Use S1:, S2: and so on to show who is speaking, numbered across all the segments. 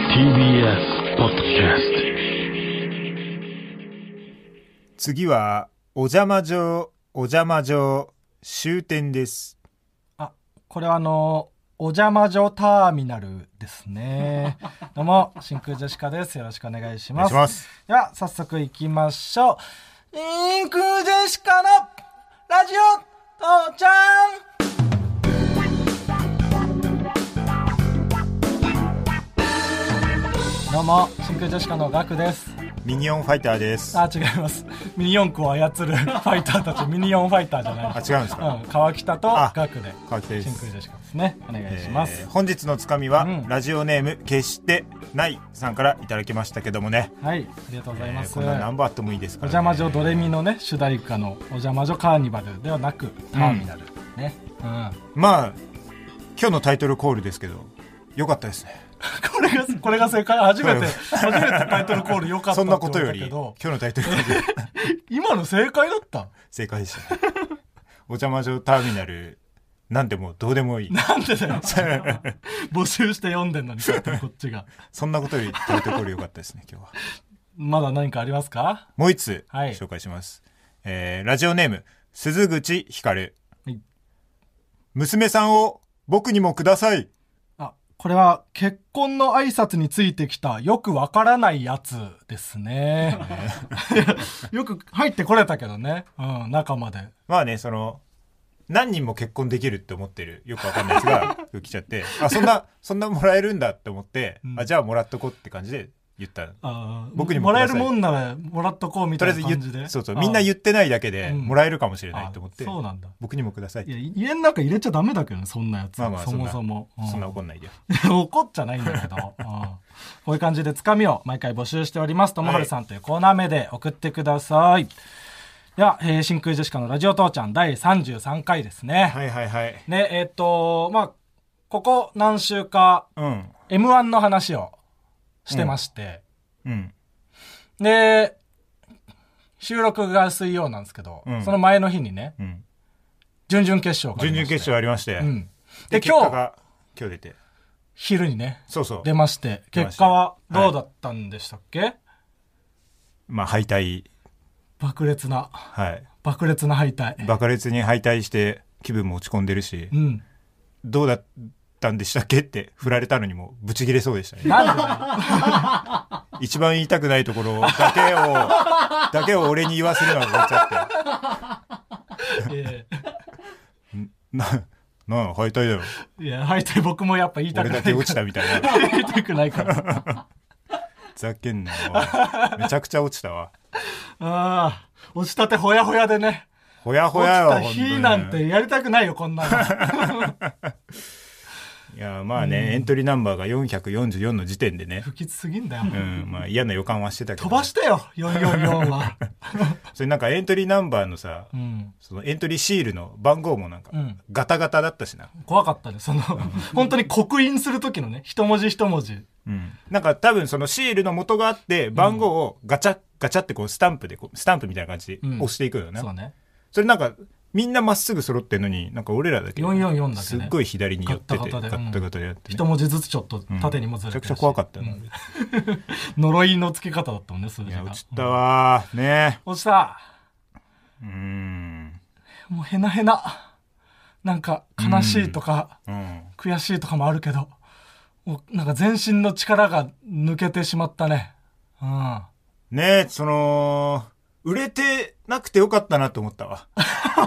S1: TBS ポッドキャス
S2: 次はお邪魔状お邪魔状終点です
S3: あ、これはあの、お邪魔女ターミナルですね。どうも、真空ジェシカです。よろしくお願いし
S2: お願
S3: ま
S2: い
S3: す。
S2: します
S3: では、早速行きましょう。真空ジェシカのラジオ父ちゃんどうも、真空ジェシカのガクです。
S2: ミニオンファイターですあ
S3: あ、違います。ミニ四駆を操るファイターたち、ミニ四ファイターじゃないです。
S2: 違うんですか、
S3: うん、川北と
S2: あ
S3: ガクで。
S2: 川北で
S3: 真空
S2: す
S3: ジェシカですね。お願いします
S2: えー。本日のつかみは、
S3: うん
S2: ラジオネーム決してないさんからいただきましたけどもね、
S3: はい、ありがとうございます。
S2: えーこんな何番あってもいいです
S3: お
S2: から、ね、
S3: 邪魔女ドレミのね、主題歌のお邪魔女カーニバルではなく、ターミナル。ね。うん。
S2: まあ今日のタイトルコールですけどよかったですね
S3: これが、これが正解。初め
S2: そう
S3: て、
S2: よ
S3: 初めてタイトルコール良かった
S2: そ
S3: っ
S2: ん
S3: て言
S2: な
S3: わ
S2: ことよ
S3: れ
S2: り
S3: たけ
S2: 今
S3: ど、
S2: 日のタイトルコール
S3: 今の正解だった。
S2: 正解でした、ね、お邪魔状ターミナルなんでもどうでもいい
S3: なんでだよ。募集して読んでんのに、勝手にこっちが。
S2: そんなことよりタイトルコールよかったですね今日は
S3: まだ何かありますか
S2: もう一つ
S3: はい
S2: 紹介します、えーラジオネーム鈴口ひかる、
S3: はい
S2: 娘さんを僕にもください
S3: あ、これは結婚の挨拶についてきたよくわからないやつです ね。よく入ってこれたけどね。うん、中まで。
S2: まあねその何人も結婚できるって思ってるよくわかんないです が来ちゃってあそんなそんなもらえるんだって思って、
S3: うん
S2: あじゃあもらっとこうって感じで言ったと
S3: あー
S2: 僕にも
S3: もらえ
S2: くだ
S3: る
S2: さい
S3: もんならもらっとこうみた
S2: りあ
S3: い
S2: えず
S3: な
S2: 言
S3: 感
S2: っ
S3: じで。
S2: そうそう
S3: あー
S2: みんな言ってないだけで
S3: うん
S2: もらえるかもしれないと思って、
S3: あそうなんだ。
S2: 僕にもくださいっ
S3: い
S2: て
S3: や、家の中入れちゃダメだけどね、そんなやつ。
S2: まあまあ
S3: そもそも。う
S2: そんな怒んないでよ
S3: 怒っちゃないんだけど、うんこういう感じでつかみを毎回募集しておりますともはるさんというコーナー名で送ってください、では、えー真空ジェシカのラジオ父ちゃん第33回ですね、
S2: はいはいはい
S3: ねえっ、とまあここ何週か
S2: うん
S3: m 1の話をしてまして、
S2: うん
S3: で収録が水曜なんですけど、
S2: うん
S3: その前の日にね
S2: うん
S3: 準々決勝があり
S2: 準
S3: ま
S2: 々
S3: して
S2: 決勝ありまして、
S3: うん、で
S2: 結
S3: 今
S2: 果
S3: 日
S2: が今日出て
S3: 昼にね
S2: そうそう
S3: 出まして
S2: 出ました
S3: 結果はどうだったんでしたっけ、
S2: まあ敗退
S3: 爆裂な
S2: はい
S3: 爆裂な敗退
S2: 爆裂に敗退して気分も落ち込んでるし、
S3: うん
S2: どうだったんでしたっけって振られたのにもブチギレそうでしたね
S3: なんでだよ
S2: 一番言いたくないところだけを だけを俺に言わせるのが終わっちゃって
S3: え
S2: ななあ敗退だよ
S3: えいや敗退僕もやっぱ言いたく
S2: 俺だ
S3: ないか
S2: け
S3: ら
S2: 落ちたみたいな
S3: 言いたくないから
S2: ふざけんなよおいめちゃくちゃ落ちたわ
S3: ああ落ちたてほやほやでね
S2: ほやほ
S3: 落ち
S2: やよ
S3: た日なんてやりたくないよこんなの
S2: いやまあね、エントリーナンバーが444の時点でね
S3: 不吉すぎんだよ、
S2: うんまあ嫌な予感はしてたけど
S3: 飛ばしてよ444は
S2: それなんかエントリーナンバーのさ、
S3: うん
S2: そのエントリーシールの番号もなんか
S3: うん
S2: ガタガタだったしな、
S3: 怖かったねその本当に刻印する時のね一文字一文字
S2: うんなんか多分そのシールの元があって番号をガチャッガチャってこうスタンプでこうスタンプみたいな感じで
S3: うん
S2: 押していくのよね、
S3: そうね
S2: それなんかみんなまっすぐ揃ってんのになんか俺らだけ
S3: 444だけね
S2: すっごい左に寄ってて
S3: ガッタガタでうん
S2: ガッタガタでやってね、
S3: 一文字ずつちょっと縦にもずれて
S2: めちゃ
S3: る
S2: く
S3: し
S2: ちゃ怖かったな、
S3: うん呪いのつけ方だったもんね数
S2: い
S3: 字
S2: や
S3: が
S2: 落ちたわーね
S3: 落ちた
S2: えうん
S3: もうへなへななんか悲しいとか
S2: うん
S3: 悔しいとかもあるけどもうなんか全身の力が抜けてしまったねうん
S2: ねえその売れてなくてよかったなと思ったわ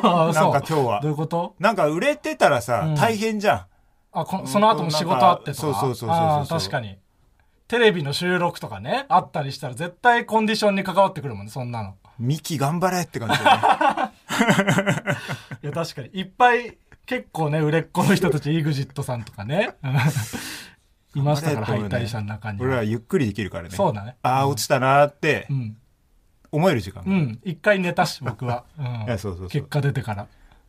S3: なん
S2: なんか今日は
S3: どういうこと
S2: なんか売れてたらさ、
S3: うん
S2: 大変じゃん
S3: あこその後も仕事あってとか
S2: そうそうそうそうそう
S3: あー確かにテレビの収録とかねあったりしたら絶対コンディションに関わってくるもんねそんなの
S2: ミキ頑張れって感じだよね
S3: いや確かにいっぱい結構ね売れっ子の人たち EXIT さんとかね うんいましたか
S2: 頑張れ
S3: ら敗
S2: と思うね
S3: 退者の中に
S2: 俺らゆっくりできるからね
S3: そうだね
S2: ああ落ちたなーって
S3: うん
S2: 思える時間、
S3: うん、一回寝たし、僕 は。うん
S2: いやそうそうそう
S3: 結果出てから。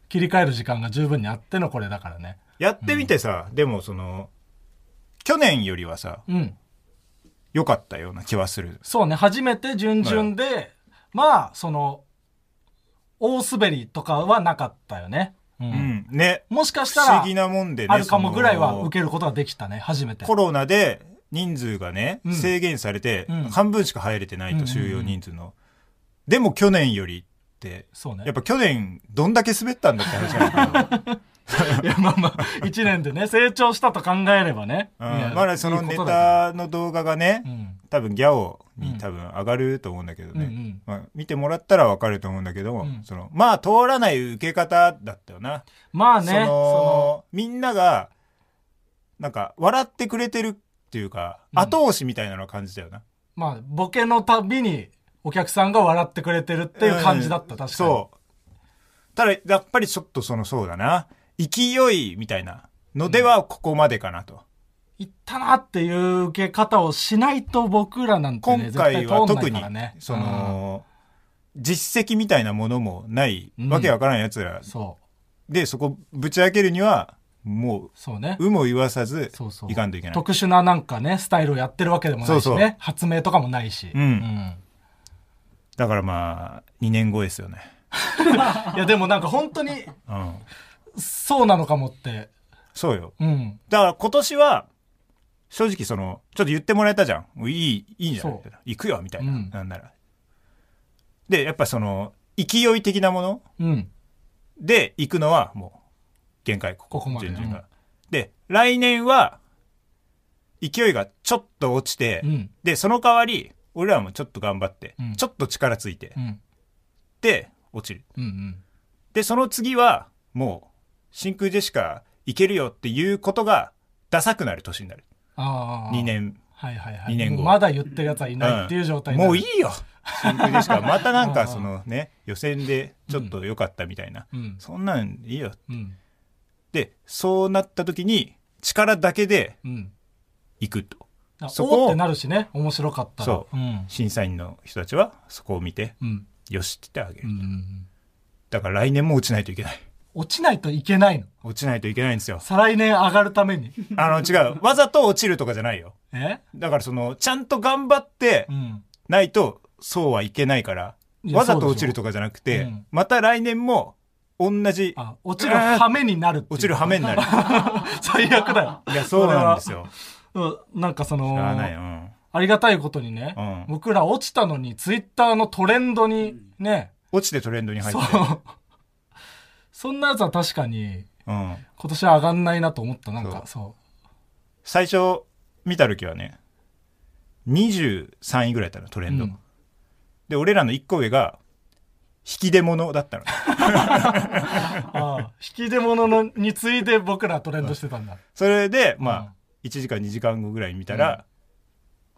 S3: 切り替える時間が十分にあってのこれだからね。
S2: やってみてさ、でもその去年よりはさ
S3: うん。
S2: 良かったような気はする
S3: そうね、初めて準々で、まあ、その、大滑りとかはなかったよね。うん。
S2: うん、ね
S3: もしか
S2: 不
S3: したら、
S2: 思議なもんでね
S3: あるかもぐらい
S2: そ
S3: は
S2: の
S3: 受けることができたね、初めて。
S2: コロナで人数がね、
S3: うん
S2: 制限されて、
S3: うん
S2: 半分しか入れてないと、
S3: うん
S2: 収容人数の、でも去年よりって
S3: そうね
S2: やっぱ去年どんだけ滑ったんだって話なんだけど
S3: いやまあまあ1年で ね成長したと考えればね、
S2: う
S3: いや
S2: んまだその
S3: いい
S2: ネ
S3: ことだ
S2: タの動画がね、
S3: からうん
S2: 多分ギャオに多分上がると思うんだけどね、
S3: うんうん
S2: まあ、見てもらったらわかると思うんだけども、
S3: うん
S2: そのまあ通らない受け方だったよな、
S3: まあね
S2: そのみんながなんか笑ってくれてるっていうか、
S3: うん
S2: 後押しみたいなのを感じたよなっ
S3: まあボケのたびにお客さんが笑ってくれてるっていう感じだった、確かに
S2: そうただやっぱりちょっとそのそうだな勢いみたいなのではここまでかなと、
S3: 行ったなっていう受け方をしないと僕らなんてね
S2: 今回は
S3: 絶対
S2: 特に
S3: 通んないからね
S2: その、実績みたいなものもない、
S3: うん
S2: わけわからんやつら
S3: うんそう
S2: でそこぶち開けるにはも
S3: そうね
S2: う有無を言わさず
S3: そうそう
S2: いかんといけない
S3: 特殊ななんかねスタイルをやってるわけでもないしね
S2: そうそう
S3: 発明とかもないし、
S2: うんだからまあ2年後ですよね、
S3: うんいやでもなんか本当に
S2: うん、
S3: そうなのかもって
S2: そうよ
S3: うん
S2: だから今年は正直そのちょっと言ってもらえたじゃんもういいいいんじゃない
S3: そう
S2: みたいな行くよみたいな、
S3: うん
S2: なんならでやっぱその勢い的なもの
S3: うん
S2: で行くのはもう限界ここ
S3: ここまで
S2: 準々
S3: う
S2: がで来年は勢いがちょっと落ちて、
S3: うん
S2: でその代わり俺らもちょっと頑張って、
S3: うん
S2: ちょっと力ついて、
S3: うん
S2: で落ちる
S3: うんうん
S2: でその次はもう真空ジェシカいけるよっていうことがダサくなる年になる
S3: ああ
S2: 2年
S3: はいはいはい
S2: 二年後
S3: もうまだ言ってるやつはいないっていう状態になる
S2: もういいよ真空ジェシカまたなん
S3: ああ
S2: かそのね予選でちょっと良かったみたいな、
S3: うん
S2: そんなんいいよ
S3: うん
S2: でそうなった時に力だけで
S3: うん
S2: 行くと
S3: あ
S2: そこを
S3: おーってなるしね面白かったら、
S2: そう
S3: ん
S2: 審査員の人たちはそこを見て
S3: うん
S2: よしって言ってあげ
S3: う
S2: る、
S3: んうん、
S2: だから来年も落ちないといけない
S3: 落ちないといけないの
S2: 落ちないといけないんですよ
S3: 再来年上がるために
S2: あの違うわざと落ちるとかじゃないよ
S3: え
S2: だからそのちゃんと頑張って
S3: うん
S2: ないとそうはいけないから
S3: いや
S2: わざと落ちるとかじゃなくて、
S3: そうでしょうん
S2: また来年も同じ
S3: あ落ちる羽目になるっていう
S2: 落ちる羽目になる
S3: 最悪だよ
S2: いやそうなんですよ
S3: うんなん かそ
S2: し
S3: の
S2: ゃあないうん
S3: ありがたいことにね、
S2: うん
S3: 僕ら落ちたのにツイッターのトレンドにね、
S2: 落ちてトレンドに入って
S3: そう そんなやつは確かに
S2: うん、
S3: 今年は上がんないなと思ったなんかそう
S2: 最初見た時はね23位ぐらいだったのトレンド、
S3: うん
S2: で俺らの1個上が引き出物だったの
S3: ああ引き出物のに次いで僕らトレンドしてたんだ
S2: それで
S3: うん
S2: まあ1時間2時間後ぐらいに見たら、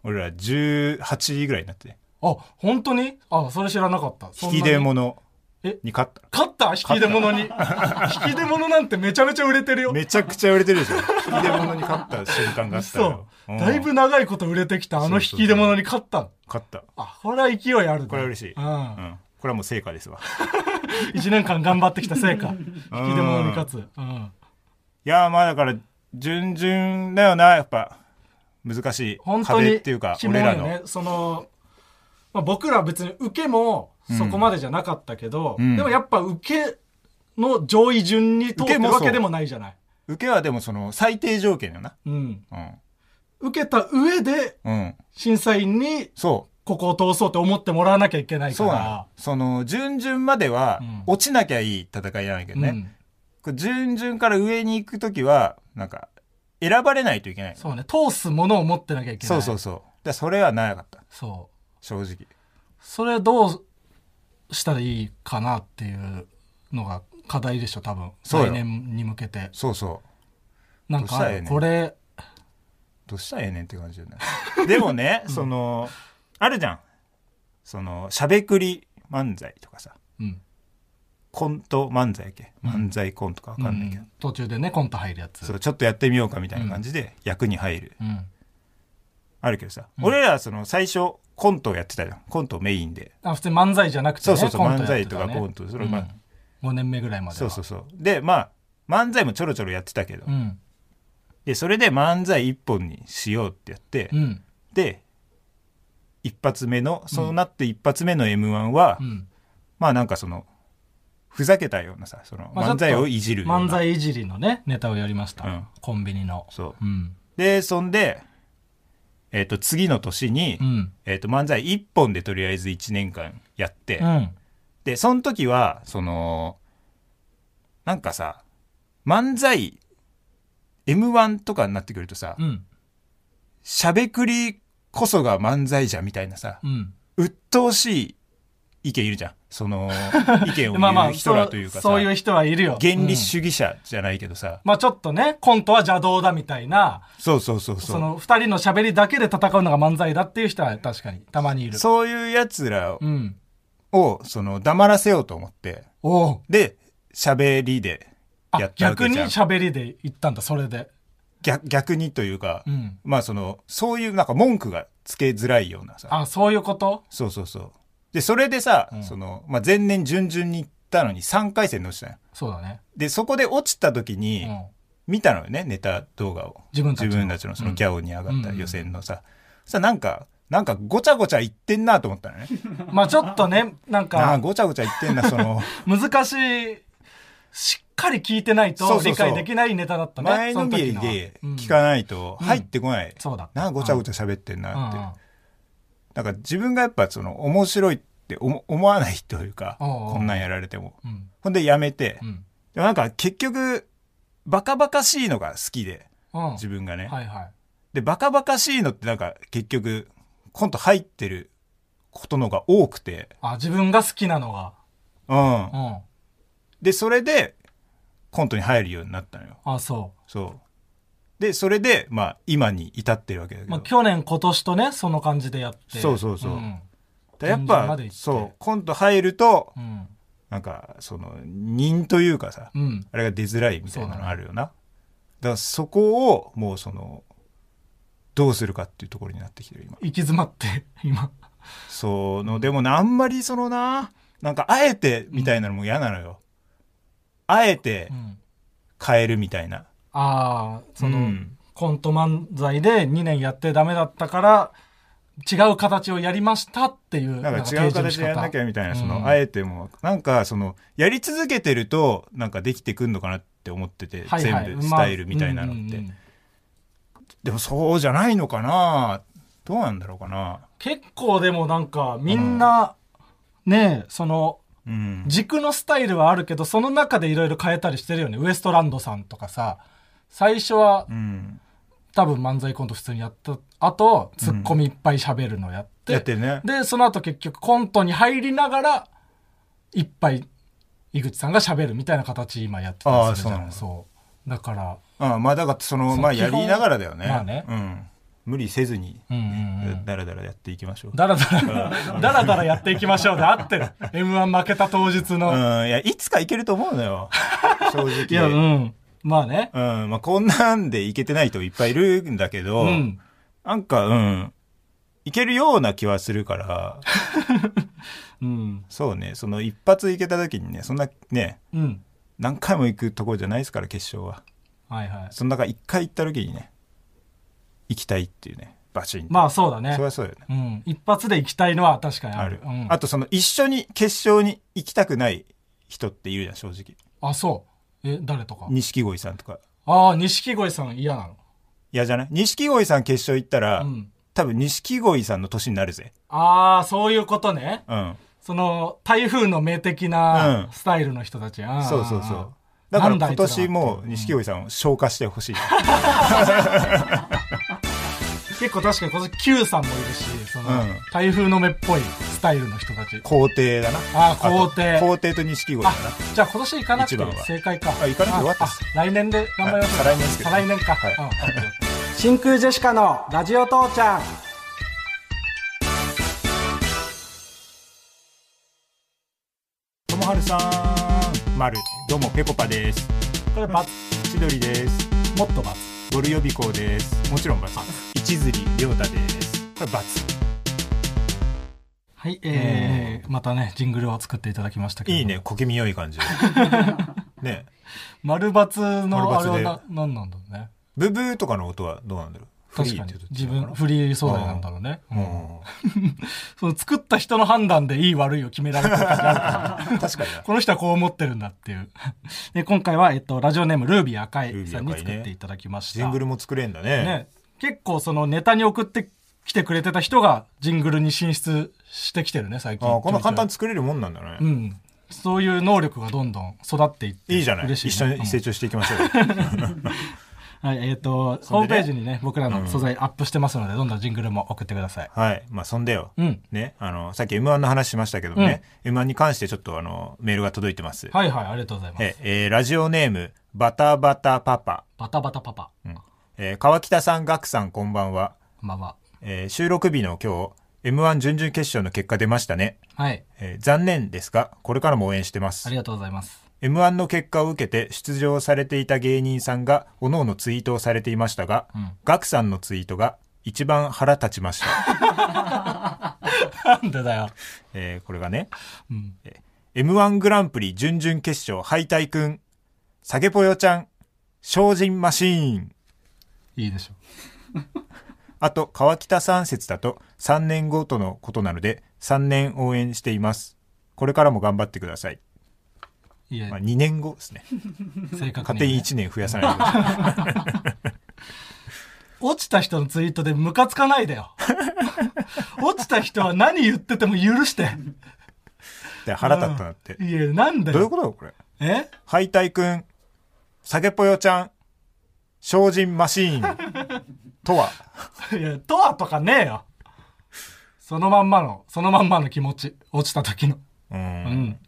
S2: 俺ら18位ぐらいになってね
S3: あ本当にあそれ知らなかったそんなに
S2: 引き出物
S3: え
S2: に勝った
S3: 勝った引き出物に引き出物なんてめちゃめちゃ売れてる よ
S2: めちゃくちゃ売れてるでしょ引き出物に勝った瞬間があった
S3: そ
S2: よ、
S3: う、
S2: うん
S3: だいぶ長いこと売れてきたあの引き出物に勝ったの
S2: 勝った、
S3: あこれは勢いあるね
S2: これは嬉しい
S3: うん
S2: うん、これはもう成果ですわ
S3: 1年間頑張ってきた成果引き出物に勝つ、うん、
S2: いやーまあだから順々だよなやっぱ難しい
S3: 本当
S2: 壁
S3: に
S2: っていうか
S3: 鬼
S2: 俺
S3: 門
S2: ら
S3: よ
S2: の、
S3: ねその、まあ、僕らは別に受けもそこまでじゃなかったけど、
S2: うん
S3: でもやっぱ受けの上位順に通ってるわ
S2: 受けもそ
S3: け
S2: う
S3: でもないじゃない
S2: 受けはでもその最低条件よな
S3: うん、
S2: うん
S3: 受けた上で
S2: うん
S3: 審査員に
S2: そ
S3: ここを通そうと思ってもらわなきゃいけな
S2: う
S3: い
S2: そ
S3: か
S2: うなの
S3: ら
S2: その順々までは
S3: うん
S2: 落ちなきゃいい戦いなんやけどね、
S3: うん
S2: これ順々から上に行く時はなんか選ばれないといけない
S3: そうね通すものを持ってなきゃいけな
S2: そ
S3: いう
S2: そうそうだからそれはなかった
S3: そう
S2: 正直
S3: それどうしたらいいかなっていうのが課題でしょ多分
S2: そうよ
S3: 来年に向けて
S2: そうそう
S3: なんかあ
S2: ど
S3: る
S2: うしたらええねん
S3: これ
S2: どうしたらええねんって感じだねでもね、そのあるじゃんそのしゃべくり漫才とかさ
S3: うん、
S2: コント漫才やっけ漫才コントか分かんないけど、
S3: うん途中でねコント入るやつ
S2: そうちょっとやってみようかみたいな感じで役に入る、
S3: うん、
S2: あるけどさ、
S3: うん
S2: 俺らはその最初コントをやってたじゃんコントをメインで
S3: あ普通に漫才じゃなくて、
S2: そ
S3: ね、
S2: うそうそう、
S3: コント
S2: 漫
S3: やっ
S2: 才
S3: て
S2: と
S3: た
S2: か
S3: ね
S2: コントそれ、
S3: うん
S2: まあ、
S3: 5年目ぐらいまで
S2: そ
S3: は
S2: うそうそうでまあ漫才もちょろちょろやってたけど、
S3: うん
S2: でそれで漫才一本にしようってやって、
S3: うん
S2: で一発目のそうなって一発目の m 1は、
S3: うん
S2: まあなんかそのふざけたようなさその
S3: まあちょっ
S2: 漫
S3: と
S2: 才をいじるような
S3: 漫才いじりのねネタをやりました、
S2: うん
S3: コンビニの
S2: そう
S3: うん
S2: でそんでえっ、と、次の年に、
S3: うん。
S2: えっ、と、漫才1本でとりあえず1年間やって、
S3: うん。
S2: で、その時は、その、なんかさ、漫才、M1 とかになってくるとさ
S3: う、ん。
S2: しゃべくりこそが漫才じゃんみたいなさ、
S3: うん。
S2: 鬱陶しい意見いるじゃん。そ の、意見を
S3: まあま
S2: 言う
S3: あ、
S2: 人らというかさ、
S3: そそういう人はいるよ。
S2: 原
S3: うん
S2: 理主義者じゃないけどさ、
S3: まあちょっとね、コントは邪道だみたいな、
S2: そうそうそう
S3: そ
S2: そう。
S3: の二人の喋りだけで戦うのが漫才だっていう人は確かにたまにいる。
S2: そういう奴ら
S3: うん。
S2: を、その、黙らせようと思って、
S3: おう
S2: で、喋りでや
S3: あ
S2: っ、たわ
S3: 逆
S2: け
S3: に
S2: じゃん。
S3: 喋りで言ったんだ、それで。
S2: 逆逆にというか、
S3: うん。
S2: まあその、そういうなんか文句がつけづらいようなさ、
S3: あ、そういうこと
S2: そうそうそう。で、それでさ、
S3: うん
S2: その、まあ前年準々に行ったのに3回戦に落ちたのよ。
S3: そうだね。
S2: で、そこで落ちた時
S3: う
S2: に、
S3: ん。
S2: 見たのよね、ネタ動画を。
S3: 自分たちの
S2: 自分たちのそのギャオに上がった
S3: うん
S2: 予選のさ。さ、なんか、なんかごちゃごちゃ言ってんなと思ったのね。
S3: まあちょっとね、なん
S2: ああ、
S3: か、
S2: ごちゃごちゃ言ってんな、その、
S3: 難しい、しっかり聞いてない
S2: そう
S3: と
S2: そうそう
S3: 理解できないネタだったね。
S2: 前のめり
S3: そ時
S2: で
S3: のは
S2: 聞かないと
S3: うん
S2: 入ってこない。
S3: そうだ。
S2: なあ、ごちゃご
S3: ち
S2: ちゃ喋ってんなって。
S3: ゃ
S2: なんか自分がやっぱその面白いって思思わないというか、
S3: おうおう
S2: こんなんやられても。
S3: うん。うん。
S2: ほんでやめて
S3: う、ん。
S2: でもなんか結局、バカバカしいのが好きで、
S3: うん。
S2: 自分がね。
S3: はいはい。
S2: で、バカバカしいのってなんか結局、コント入ってることのが多くて、
S3: あ、自分が好きなのが。
S2: うん。
S3: うん。
S2: で、それで、コントに入るようになったのよ。
S3: あ、そ
S2: そう。で、それで、まあ、今に至ってるわけだけ
S3: う。
S2: ど。
S3: まあ、去年、今年とね、その感じでやって。
S2: そうそうそう
S3: うん。
S2: だやっ
S3: 現状ま
S2: ぱ
S3: で行っ、て
S2: そう、コント入ると、
S3: うん。
S2: なんか、その、人というかさ、
S3: うん。
S2: あれが出づらいみたいな
S3: そうだ
S2: の
S3: ね
S2: あるよな。だから、そこを、もうその、どうするかっていうところになってきてる、今。
S3: 行き詰まって、 今。
S2: その、でもな、あんまりそのな、なんか、あえて、みたいなのも嫌なのよ。あえて
S3: う、ん。
S2: 変えるみたいな。
S3: ああ、その、
S2: うん
S3: コント漫才で2年やってダメだったから、違う形をやりましたっていう。
S2: なんか違う形でやんなきゃみたいな、その、あ
S3: え、
S2: えても、なんか、その、やり続けてると、なんかできてくんのかなって思ってて、
S3: はいはい
S2: 全部スタイルみたいなのって。
S3: まあうんうんうん
S2: でも、そうじゃないのかなどうなんだろうかな
S3: 結構でもなんか、みんな、ねえ、その、
S2: うん。
S3: 軸のスタイルはあるけどその中でいろいろ変えたりしてるよねウエストランドさんとかさ最初は
S2: うん。
S3: 多分漫才コント普通にやったあとツッコミいっぱい喋るのやって,、
S2: やってるね。
S3: でその後結局コントに入りながらいっぱい井口さんが喋るみたいな形今やってたりするじゃ
S2: あ
S3: な
S2: あ
S3: いそうだから
S2: ああまあ、だから、その、
S3: そう
S2: まあ、
S3: 基
S2: や
S3: 本
S2: りながらだよね。
S3: まあね
S2: うん。無理せずに、
S3: うんうんうん
S2: だらだらやっていきましょう。
S3: だらだらだらだらやっていきましょうで合ってる m 1負けた当日
S2: う
S3: の、
S2: ん。いや、いつかいけると思うの よ。正直。
S3: いやうんまあね
S2: うん。まあ、こんなんでいけてない人いっぱいいるんだけど、
S3: うん
S2: なんか、うん。いけるような気はする から、
S3: うん
S2: そうね、その一発いけた時にね、そんなね、
S3: うん
S2: 何回も行くところじゃないですから、決勝は。
S3: はいはい
S2: その中一回行った時にね、行きたいっていうね、バチン。
S3: まあそうだね
S2: そりゃそうよね。
S3: うん、一発で行きたいのは確かにあ
S2: あ
S3: る
S2: る。。
S3: うん、
S2: あとその一緒に決勝に行きたくない人っているじゃん、正直。
S3: あそう。え、誰とか。
S2: 錦鯉さんとか。
S3: ああ、錦鯉さん嫌なの。
S2: 嫌じゃない錦鯉さん決勝行ったら、
S3: うん。
S2: 多分錦鯉さんの年になるぜ。
S3: ああ、そういうことね。
S2: うん。
S3: その、台風の目的な
S2: うん
S3: スタイルの人たち。あー
S2: そうそうそう。だから今年
S3: なんだあいつらっ
S2: も
S3: て
S2: 錦鯉さんを消化してほ しい。
S3: 結構確かに今年 Q さんもいるし、その、
S2: うん
S3: 台風の目っぽいスタイルの人たち。
S2: 皇帝だな。
S3: あー皇帝
S2: あと皇帝と錦鯉だ
S3: あ
S2: な。、
S3: じゃあ今年行かなくて
S2: 一番は
S3: 正解か。
S2: あ行かなくて終わったっす
S3: ああ来年で頑張りましょう。
S2: はい再来年ですけど
S3: 再来年か。
S2: はい
S3: うんオッケーオッケー真空ジェシカのラジオ父ちゃん。
S2: ともはるさん。まる。どうも、ぺこぱです。
S3: これ、バツ、
S2: 千鳥です。
S3: もっとバツ。
S2: ボル予備校です。もちろんバツ。一釣り亮太です。これバツ。
S3: はい、えー、またね、ジングルを作っていただきましたけど。
S2: いいね。。小気味良い 感じ。ね
S3: 丸抜のあ
S2: 丸抜
S3: れは
S2: で
S3: な、なんなんだろうね。
S2: ブブーとかの音はどうなんだろう。フリ
S3: 確
S2: ー
S3: か
S2: って
S3: に
S2: 言うと。
S3: 自分、フリー素材なんだろうね。うん
S2: も
S3: その作った人の判断でいい悪いを決められる感じあるから
S2: うん。確かにな。
S3: この人はこう思ってるんだっていう。 で、今回は、えっと、ラジオネーム、ルービー赤いさん
S2: ルービー
S3: に
S2: 赤いね
S3: 作っていただきました。
S2: ジングルも作れんだね。
S3: ね。結構そのネタに送って来てくれてた人がジングルに進出してきてるね、最近。
S2: ああ、こんな簡単
S3: ち
S2: に作れるもんなんだ
S3: ょいち
S2: ね。
S3: ょいうん。そういう能力がどんどん育っていって。
S2: いいじゃない。
S3: 嬉
S2: 一
S3: しい
S2: 緒
S3: ね、
S2: に成
S3: うん
S2: 長していきま しょうよ。
S3: はい、えっ、と、
S2: そ
S3: ホー
S2: ん
S3: ム
S2: で
S3: ペ
S2: ね
S3: ージにね、僕らの素材アップしてますので、どんどんジングルも送ってください。
S2: はい。まあ、そんでよ。
S3: うん。
S2: ね、あの、さっき M1 の話しましたけどもね、M1 に関してちょっとあの、メールが届いてます。
S3: はいはい、ありがとうございます。
S2: え、えーラジオネーム、バタバタパパ。
S3: バタバタパパ。
S2: うんえー川北さん、ガクさん、こんばんは。
S3: まあま
S2: えー収録日の今日、M1 準々決勝の結果出ましたね。
S3: あ。はい。
S2: えー残念ですが、これからも応援してます
S3: あり。がとうございます。
S2: M1 の結果を受けて出場されていた芸人さんが各々ツイートをされていましたが、
S3: うん
S2: ガクさんのツイートが一番腹立ちました。
S3: なんでだよ。
S2: えーこれがね、
S3: うん。
S2: M1 グランプリ準々決勝敗退くん、下げぽよちゃん、精進マシーン。
S3: いいでしょ。
S2: あと、川北さん説だと3年後とのことなので、3年応援しています。これからも頑張ってください。
S3: いえ
S2: まあ、、2年後 ですね。
S3: 正確
S2: 勝
S3: に
S2: 手
S3: ね、
S2: に1年増やさないでください。
S3: 落ちた人のツイートでムカつかない でよ。落ちた人は何言ってても 許して。
S2: で腹立ったな って。
S3: いや、なんだ
S2: どういう
S3: よ。
S2: ことだこれ。
S3: え
S2: 敗退くん、下げぽよちゃん、精進マシーン、と は。
S3: いや、とはとかねえよ。そのまんまの、そのまんまの気持ち。落ちた時の。
S2: う。
S3: うんん。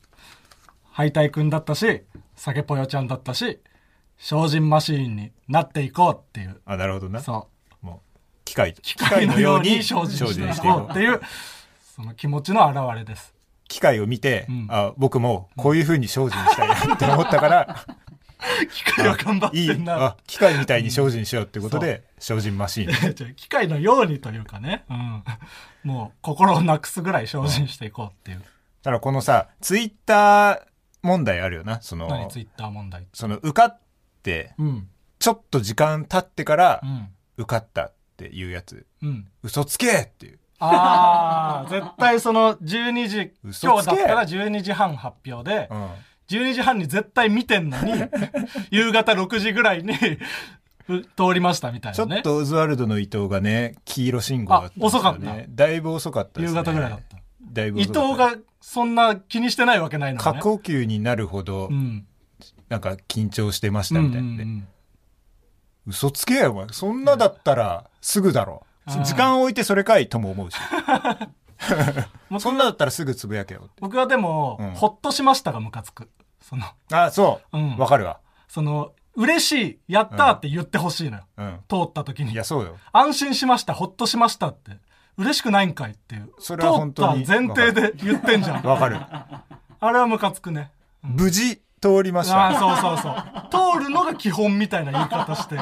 S3: 敗退くんだったし、酒ぽよちゃんだったし、精進マシーンになっていこうっていう。
S2: あ、なるほどな。
S3: そう。
S2: もう、機械、機
S3: 機械のように精進
S2: 精
S3: して
S2: 進
S3: い
S2: してい
S3: こ
S2: こ
S3: うっ
S2: う
S3: ていう、その気持ちの表れです。
S2: 機械を見て、
S3: うん
S2: あ、僕もこういう風に精進したいなって思った から、
S3: 機械は頑張っ
S2: い
S3: て
S2: い
S3: ん、な
S2: あ。、機械みたいに精進しようってことで、精進マシーン。
S3: 違う機械のようにというかね、うん、 もう心をなくすぐらい精進していこうっていう、
S2: ただこのさ、ツイッター問題あるよな。そ
S3: 何
S2: の
S3: ツイ、ッター問題
S2: その、受かって、
S3: うん
S2: ちょっと時間経ってから
S3: う、ん
S2: 受かったっていうやつ。
S3: うん
S2: 嘘つけっていう。
S3: あ ー絶対その12時
S2: 嘘
S3: 今
S2: つ
S3: 日
S2: け
S3: だったら12時半発表で、
S2: うん。
S3: 12時半に絶対見てん のに夕方6時ぐらいに う通りましたみたい
S2: ちょ
S3: な
S2: っ
S3: ね
S2: とオズワルドの伊藤がね、黄色信号だったんですよ、ね。
S3: あ遅かった
S2: だいぶ遅かったですね。
S3: 夕方ぐらいだった
S2: だいぶ
S3: 伊
S2: 遅
S3: 藤
S2: かった
S3: がそんな気にしてないわけないの
S2: 過
S3: ね
S2: 呼吸になるほど
S3: う、ん
S2: なんか緊張してましたみたいなね。
S3: うんうんうん
S2: 嘘つけよ、お前。そんなだったら、すぐだろ。
S3: あー
S2: 時間置いてそれかいとも思 うし。そんなだったらすぐつぶやけよ。
S3: 僕はでも、
S2: うん
S3: ほっとしましたがムカつくその
S2: あ、そう。
S3: うん
S2: わ、かるわ。
S3: その、嬉しい、やったーって言ってほしいのよ。
S2: うん。
S3: 通った時に
S2: いや、。そうよ。
S3: 安心しました、ほっとしましたって。嬉しくないんかいっていう。
S2: それは本当に
S3: 通った前提で言ってんじゃ ん。
S2: わかる。
S3: あれはムカつくね。
S2: 無事通りまし
S3: あ
S2: た。
S3: あ、そうそうそう。通るのが基本みたいな言い方して。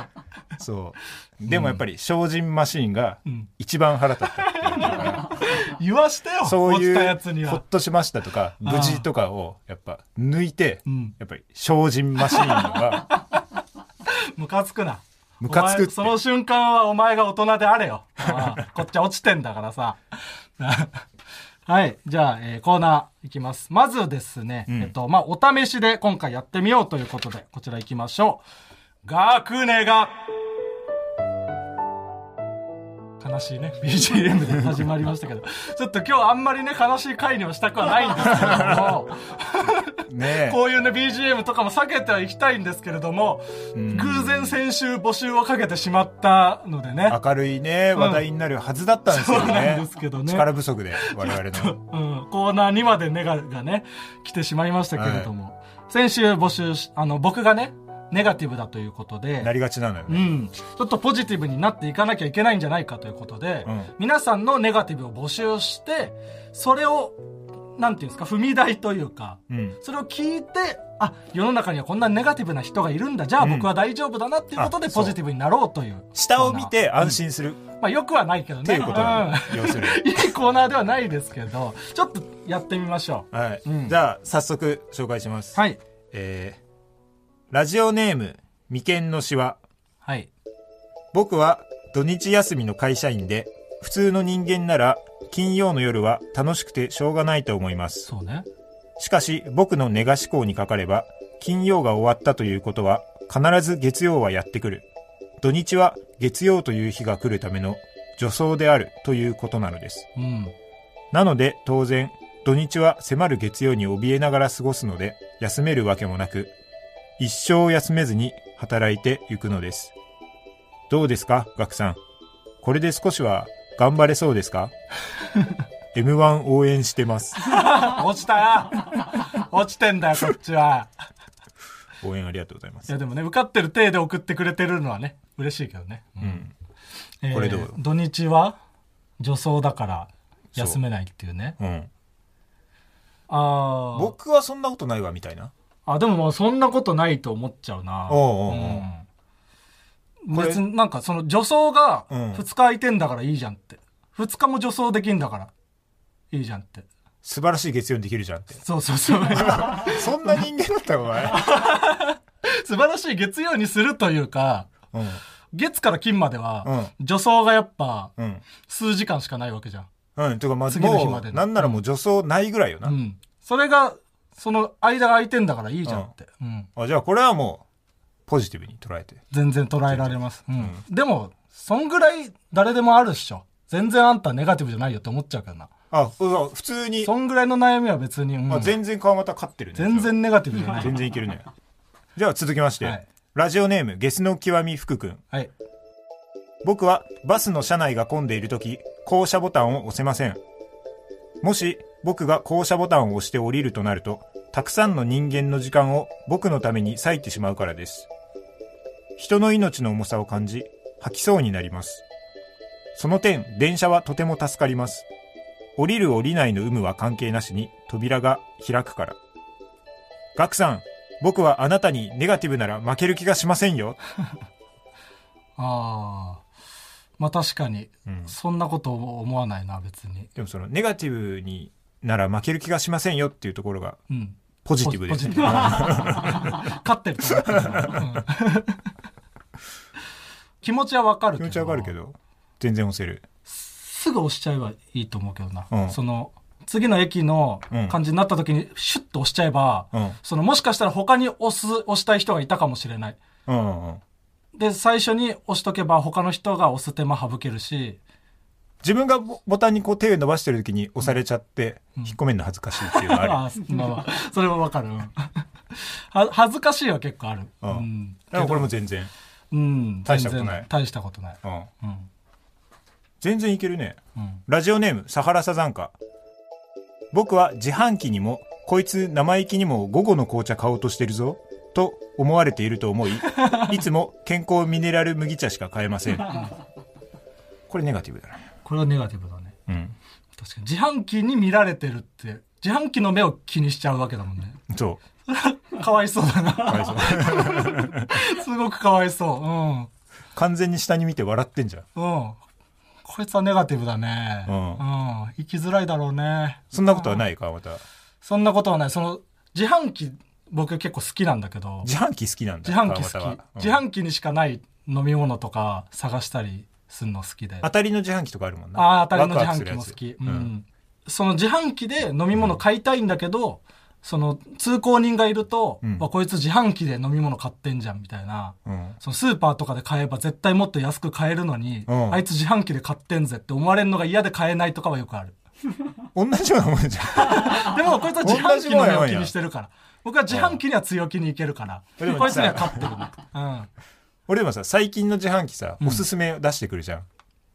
S2: そう。でもやっぱり、精進マシーンが
S3: うん、
S2: 一番腹立ったっていうから。
S3: 言わしてよ、
S2: そう
S3: 落ちた
S2: い
S3: やつに
S2: う、ほっ
S3: は。
S2: としましたとか、
S3: あー
S2: 無事とかを、やっぱ、抜いて
S3: うん、
S2: やっぱり、精進マシーンが、
S3: ムカつくな。
S2: ムカつくって
S3: お前その瞬間はお前が大人であれよ。ああ こっちは落ちてんだからさ。 はい。じゃあ、えーコーナーいきます。まずですね、
S2: うん
S3: えっと、まあ、お試しで今回やってみようということで、こちら行きましょう。学ネが悲しいね、BGM で始まりましたけど、ちょっと今日あんまりね、悲しい回にはしたくはないんですけれども、
S2: ね
S3: こういうね、BGM とかも避けてはいきたいんですけれども、
S2: うん
S3: 偶然先週募集をかけてしまったのでね。
S2: 明るいね、話題になるはずだったんですけど
S3: そうなん
S2: ね。
S3: ですけどね
S2: 力不足 で、我々の。
S3: うん、コーナーにまでネガがね、来てしまいましたけれども。先週募集し、あの、僕がね、ネガティブだということ
S2: な
S3: で、
S2: りがちなのよ
S3: う
S2: ね。
S3: ん、ちょっとポジティブになっていかなきゃいけないんじゃないかということで、
S2: うん
S3: 皆さんのネガティブを募集して、それを、なんていうんですか、踏み台というか、
S2: うん。
S3: それを聞いて、あ、世の中にはこんなネガティブな人がいるんだ、じゃあ僕は大丈夫だなっていうことで
S2: うんあ
S3: ポジティブになろうという。
S2: 下を見て安心するっ
S3: まあ、よくはないけどね。
S2: ていうことなの
S3: うん。
S2: 要するに。
S3: いいコーナーではないですけど、ちょっとやってみましょう。
S2: はい
S3: うん。
S2: じゃあ、早速、紹介します。
S3: はい。
S2: えーラジオネーム、眉間のしわ。
S3: はい。
S2: 僕は土日休みの会社員で、普通の人間なら金曜の夜は楽しくてしょうがないと思います。
S3: そうね。
S2: しかし僕のネガ思考にかかれば、金曜が終わったということは必ず月曜はやってくる。土日は月曜という日が来るための女装であるということなのです。
S3: うん。
S2: なので当然、土日は迫る月曜に怯えながら過ごすので、休めるわけもなく、一生休めずに働いてゆくのです。どうですか、ガクさん。これで少しは頑張れそうですか ?M1 応援してます。
S3: 落ちた落ちてんだよ、こっちは。
S2: 応援ありがとうございま
S3: い
S2: す
S3: や、。でもね、受かってる体で送ってくれてるのはね、嬉しいけどね。うん
S2: うん。
S3: えー
S2: これどうよ
S3: 土日は女装だから休めないっていうね。
S2: うん。
S3: あ
S2: 僕はそんなことないわ、みたいな。
S3: あ。あ、でもまあそんなことないと思っちゃうな。
S2: おうおうおう
S3: うん
S2: これ
S3: 別になんかその女装が
S2: うん
S3: 2日空いてんだからいいじゃんって。2日も女装できんだからいいじゃんって。
S2: 素晴らしい月曜にできるじゃんって。
S3: そうそ うそう。
S2: そんな人間だった、お前。
S3: 素晴らしい月曜にするというか、
S2: うん。
S3: 月から金までは、女装がやっぱ
S2: うん。
S3: 数時間しかないわけじゃん。
S2: うん。とか、まず、
S3: 次の日
S2: も
S3: まで
S2: う、
S3: の
S2: なんならもう女装ないぐらいよな。
S3: うん。それが、その間が空いてんだからいいじゃんって。うん。
S2: あじゃあこれはもうポジティブに捉えて
S3: 全然捉えられます。うん。でも、そんぐらい誰でもあるっしょ。全然あんたネガティブじゃないよって思っちゃうけどな。
S2: あうわ普通に、
S3: そんぐらいの悩みは別に、うん
S2: あ全然川又勝ってるね
S3: 全然ネガティブじゃない。
S2: 全然いけるねじゃあ続きまして、
S3: はい
S2: ラジオネームゲスの極み福くん
S3: はい。
S2: 僕はバスの車内が混んでいる時降車ボタンを押せませんもし僕が降車ボタンを押して降りるとなるとたくさんの人間の時間を僕のために割いてしまうからです人の命の重さを感じ吐きそうになりますその点電車はとても助かります降りる降りないの有無は関係なしに扉が開くからガクさん僕はあなたにネガティブなら負ける気がしませんよ
S3: ああ。まあ確かに、そんなこと思わないな、別に。
S2: でもそのネガティブになら負ける気がしませんよっていうところが
S3: うん。
S2: ポジティブです
S3: ポ
S2: ね
S3: ジ。勝ってると思ってるからうん気持ちはわか
S2: 気
S3: るけど。
S2: 持ちはわかるけど全然押せる
S3: すぐ押しちゃえばいいと思うけどな。
S2: うん
S3: その、次の駅の
S2: うん
S3: 感じになった時に、シュッと押しちゃえば、
S2: うん
S3: その、もしかしたら他に押す、押したい人がいたかもしれない。
S2: うんうんうん
S3: で、最初に押しとけば他の人が押す手間省けるし、
S2: 自分がボボタンにこう手を伸ばしてる時に押されちゃって引っ込めるの恥ずかしいっていうのがあ
S3: あ
S2: る、
S3: ーまあまあ、それはわかる。うんは恥ずかしいは結構ある。
S2: う
S3: うんん。
S2: だからこれも全然、
S3: うん。
S2: 大したことない
S3: 全然大したことない。
S2: うん、
S3: うん。
S2: 全然いけるね
S3: うん。
S2: ラジオネームサハラサザンカ僕は自販機にもこいつ生意気にも午後の紅茶買おうとしてるぞと思われていると思いいつも健康ミネラル麦茶しか買えませんこれネガティブだな
S3: これはネガティブだね。
S2: うん
S3: 確かに。自販機に見られてるって、自販機の目を気にしちゃうわけだもんね。
S2: そう
S3: かわいそうだ
S2: かわ
S3: な。
S2: いそう
S3: すごくかわいそ
S2: 完全に下に見て笑ってんじゃん
S3: う。うん。うん。こいつはネガティブだね。
S2: うん
S3: うん。生きづらいだろうね。
S2: そんなことはないかまた
S3: そんなことはない。その、自販機、僕結構好きなんだけど。
S2: 自販機好きなんだ
S3: 自販機好き、
S2: 川端はうん
S3: 自販機にしかない飲み物とか探したりするの好きで
S2: 当たりの自販機とかあるもんな
S3: ああ当たりの
S2: ワ
S3: 自
S2: クワクす
S3: 販
S2: る
S3: 機
S2: や
S3: も
S2: つう
S3: 好き、うん
S2: ん
S3: その自販機で飲み物買いたいんだけど、その通行人がいると、
S2: うん
S3: わこいつ自販機で飲み物買ってんじゃんみたいな
S2: うん
S3: そのスーパーとかで買えば絶対もっと安く買えるのに、
S2: うん
S3: あいつ自販機で買ってんぜって思われるのが嫌で買えないとかはよくあ る
S2: 同じようなもんじゃん
S3: でもこいつは自販機の目を気にしてるから僕は自販機には強気にいけるから
S2: うんでもさ
S3: こいつには勝ってるね、うん、
S2: 俺でもさ最近の自販機さおすすめ出してくるじゃん、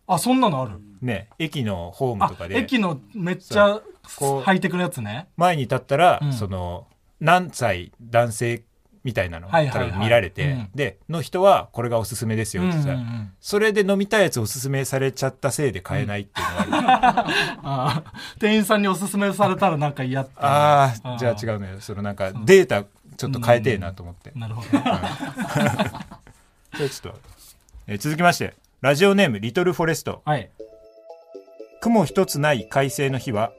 S3: あそんなのある
S2: ね駅のホーム
S3: あ
S2: とかで
S3: 駅のめっちゃ
S2: こう
S3: ハイテクのやつね
S2: 前に立ったら、
S3: うん
S2: その何歳男性みたいなの、
S3: はいはいはい
S2: 多分見られて、
S3: うん
S2: での人はこれがおすすめですよってさ、
S3: うんうんうん
S2: それで飲みたいやつおすすめされちゃったせいで買えないっていうのがある、あ
S3: あー店員さんにおすすめされたらなんか嫌って
S2: あー
S3: うん
S2: じゃあ違うのよそのなんかデータちょっと変えてえなと思って、
S3: なるほど
S2: それちょっと、えー続きましてラジオネームリトルフォレスト
S3: はい
S2: 雲一つない快晴の日は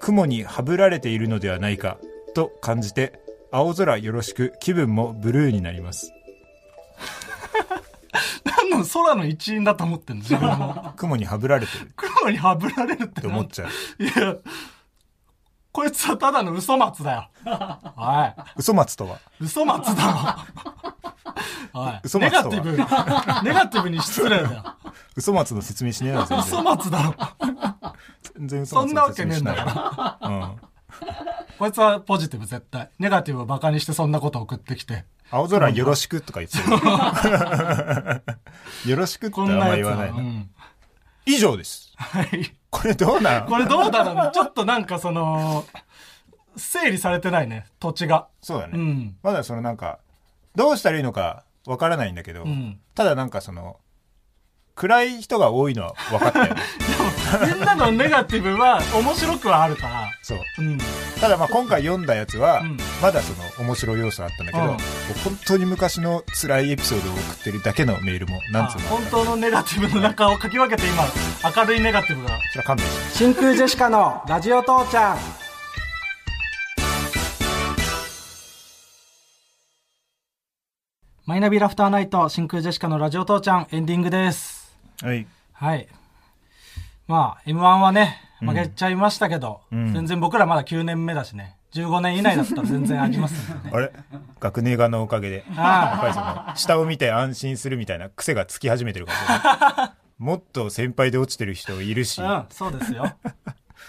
S2: 雲にはぶられているのではないかと感じて青空よろしく気分もブルーになります
S3: 何の空の一員だと思ってんの自分も
S2: 雲にはぶられてるっ
S3: 黒にはぶられるって
S2: て思っ ちゃう
S3: ういやこいつはただの嘘松だよおい
S2: 嘘松とは
S3: 嘘松だろおい
S2: 嘘
S3: ネ
S2: 松と
S3: ガ
S2: は
S3: ティブネガティブに失礼だよ
S2: 嘘松の説明しねえな、全
S3: 嘘
S2: 然。
S3: 松だろ
S2: 全然嘘
S3: そ
S2: 松
S3: んな
S2: の
S3: わけ
S2: 説
S3: ね
S2: 明
S3: え
S2: し
S3: んだ
S2: ない。
S3: から
S2: うん。
S3: こいつはポジティブ絶対ネガティブをバカにしてそんなこと送ってきて
S2: 青空よろしくとか言って る。よろしくってあ
S3: こ
S2: ん
S3: んな
S2: ま
S3: や
S2: 言
S3: つ
S2: わな
S3: は、
S2: いうな。
S3: ん、
S2: 以上です。
S3: はい
S2: これどうなん
S3: これどうだろうねちょっとなんかその整理されてないね土地が
S2: そうだね、
S3: うん
S2: まだそのなんかどうしたらいいのかわからないんだけど、
S3: ん
S2: ただなんかその暗い人が多いのは分かった よね
S3: みんなのネガティブは面白くはあるから
S2: そう
S3: うん
S2: ただまあ今回読んだやつは、
S3: うん
S2: まだその面白い要素あったんだけど、
S3: うん
S2: もう本当に昔の辛いエピソードを送ってるだけのメールも
S3: まあ
S2: 何つうのこ
S3: 本当のネガティブの中をかき分けて今明るいネガティブが
S2: ちら勘弁して
S3: 真空ジェシカのラジオ父ちゃんマイナビラフターナイト真空ジェシカのラジオ父ちゃんエンディングです
S2: はい
S3: はいまあ m 1はね負けちゃいましたけど、
S2: ん
S3: 全然僕らまだ9年目だしね15年以内だったら全然あります んでね
S2: あれ学年がのおかげでやっ
S3: あ
S2: ぱりその下を見て安心するみたいな癖がつき始めてるからね もっと先輩で落ちてる人いるし、
S3: あうんそうですよ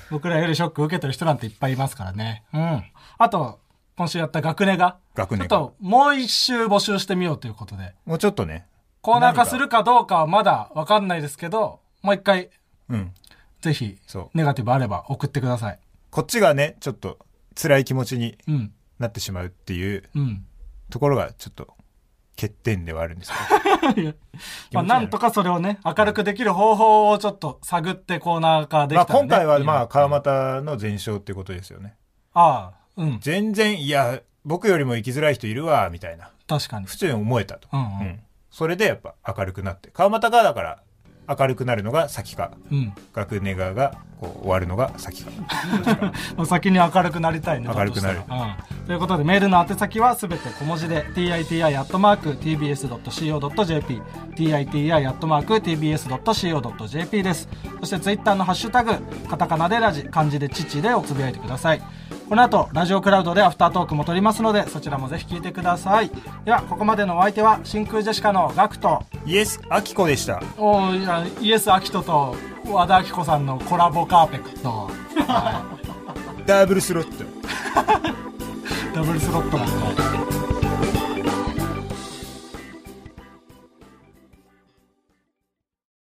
S3: 僕らよりショック受けてる人なんていっぱいいますからねうんあと今週やった学年が
S2: 学
S3: ちょっ
S2: 年が
S3: ともう一周募集してみようということで、
S2: もうちょっとね
S3: コーナー化するかどうかはまだわかんないですけど、もう一回、
S2: うん
S3: ぜひ
S2: そう、
S3: ネガティブあれば送ってください。
S2: こっちがねちょっと辛い気持ちに
S3: うん、
S2: なってしまうっていう
S3: うん。
S2: ところがちょっと欠点ではあるんですけ
S3: まあ、なんとかそれをね、明るくできる方法をちょっと探ってコーナー化で
S2: ど、
S3: き
S2: まあ、
S3: たら、ね。
S2: 今回はまあ川
S3: あ
S2: 又の全勝ってことですよね
S3: あ、うん、
S2: 全然いや僕よりも生きづらい人いるわみたいな
S3: 確かに。
S2: 普通に思えたと、
S3: うん
S2: う、んそれでやっぱ明るくなって川又がだから明るくなるのが先か
S3: うん。うん
S2: 学ネガがこう終わるのが先か
S3: もう先に明るくなりたいね
S2: 明るくなる
S3: だとしたらうんということでメールの宛先はすべて小文字で titi.tbs.co.jp titi.tbs.co.jp ですそしてツイッターのハッシュタグカタカナでラジ漢字で父でおつぶやいてくださいこの後ラジオクラウドでアフタートークも撮りますのでそちらもぜひ聞いてくださいではここまでのお相手は真空ジェシカのガクト
S2: イエスアキコでした
S3: おーいやイエス・アキトと和田アキ子さんのコラボカーペット
S2: ダブルスロット
S3: ダブルスロットなんで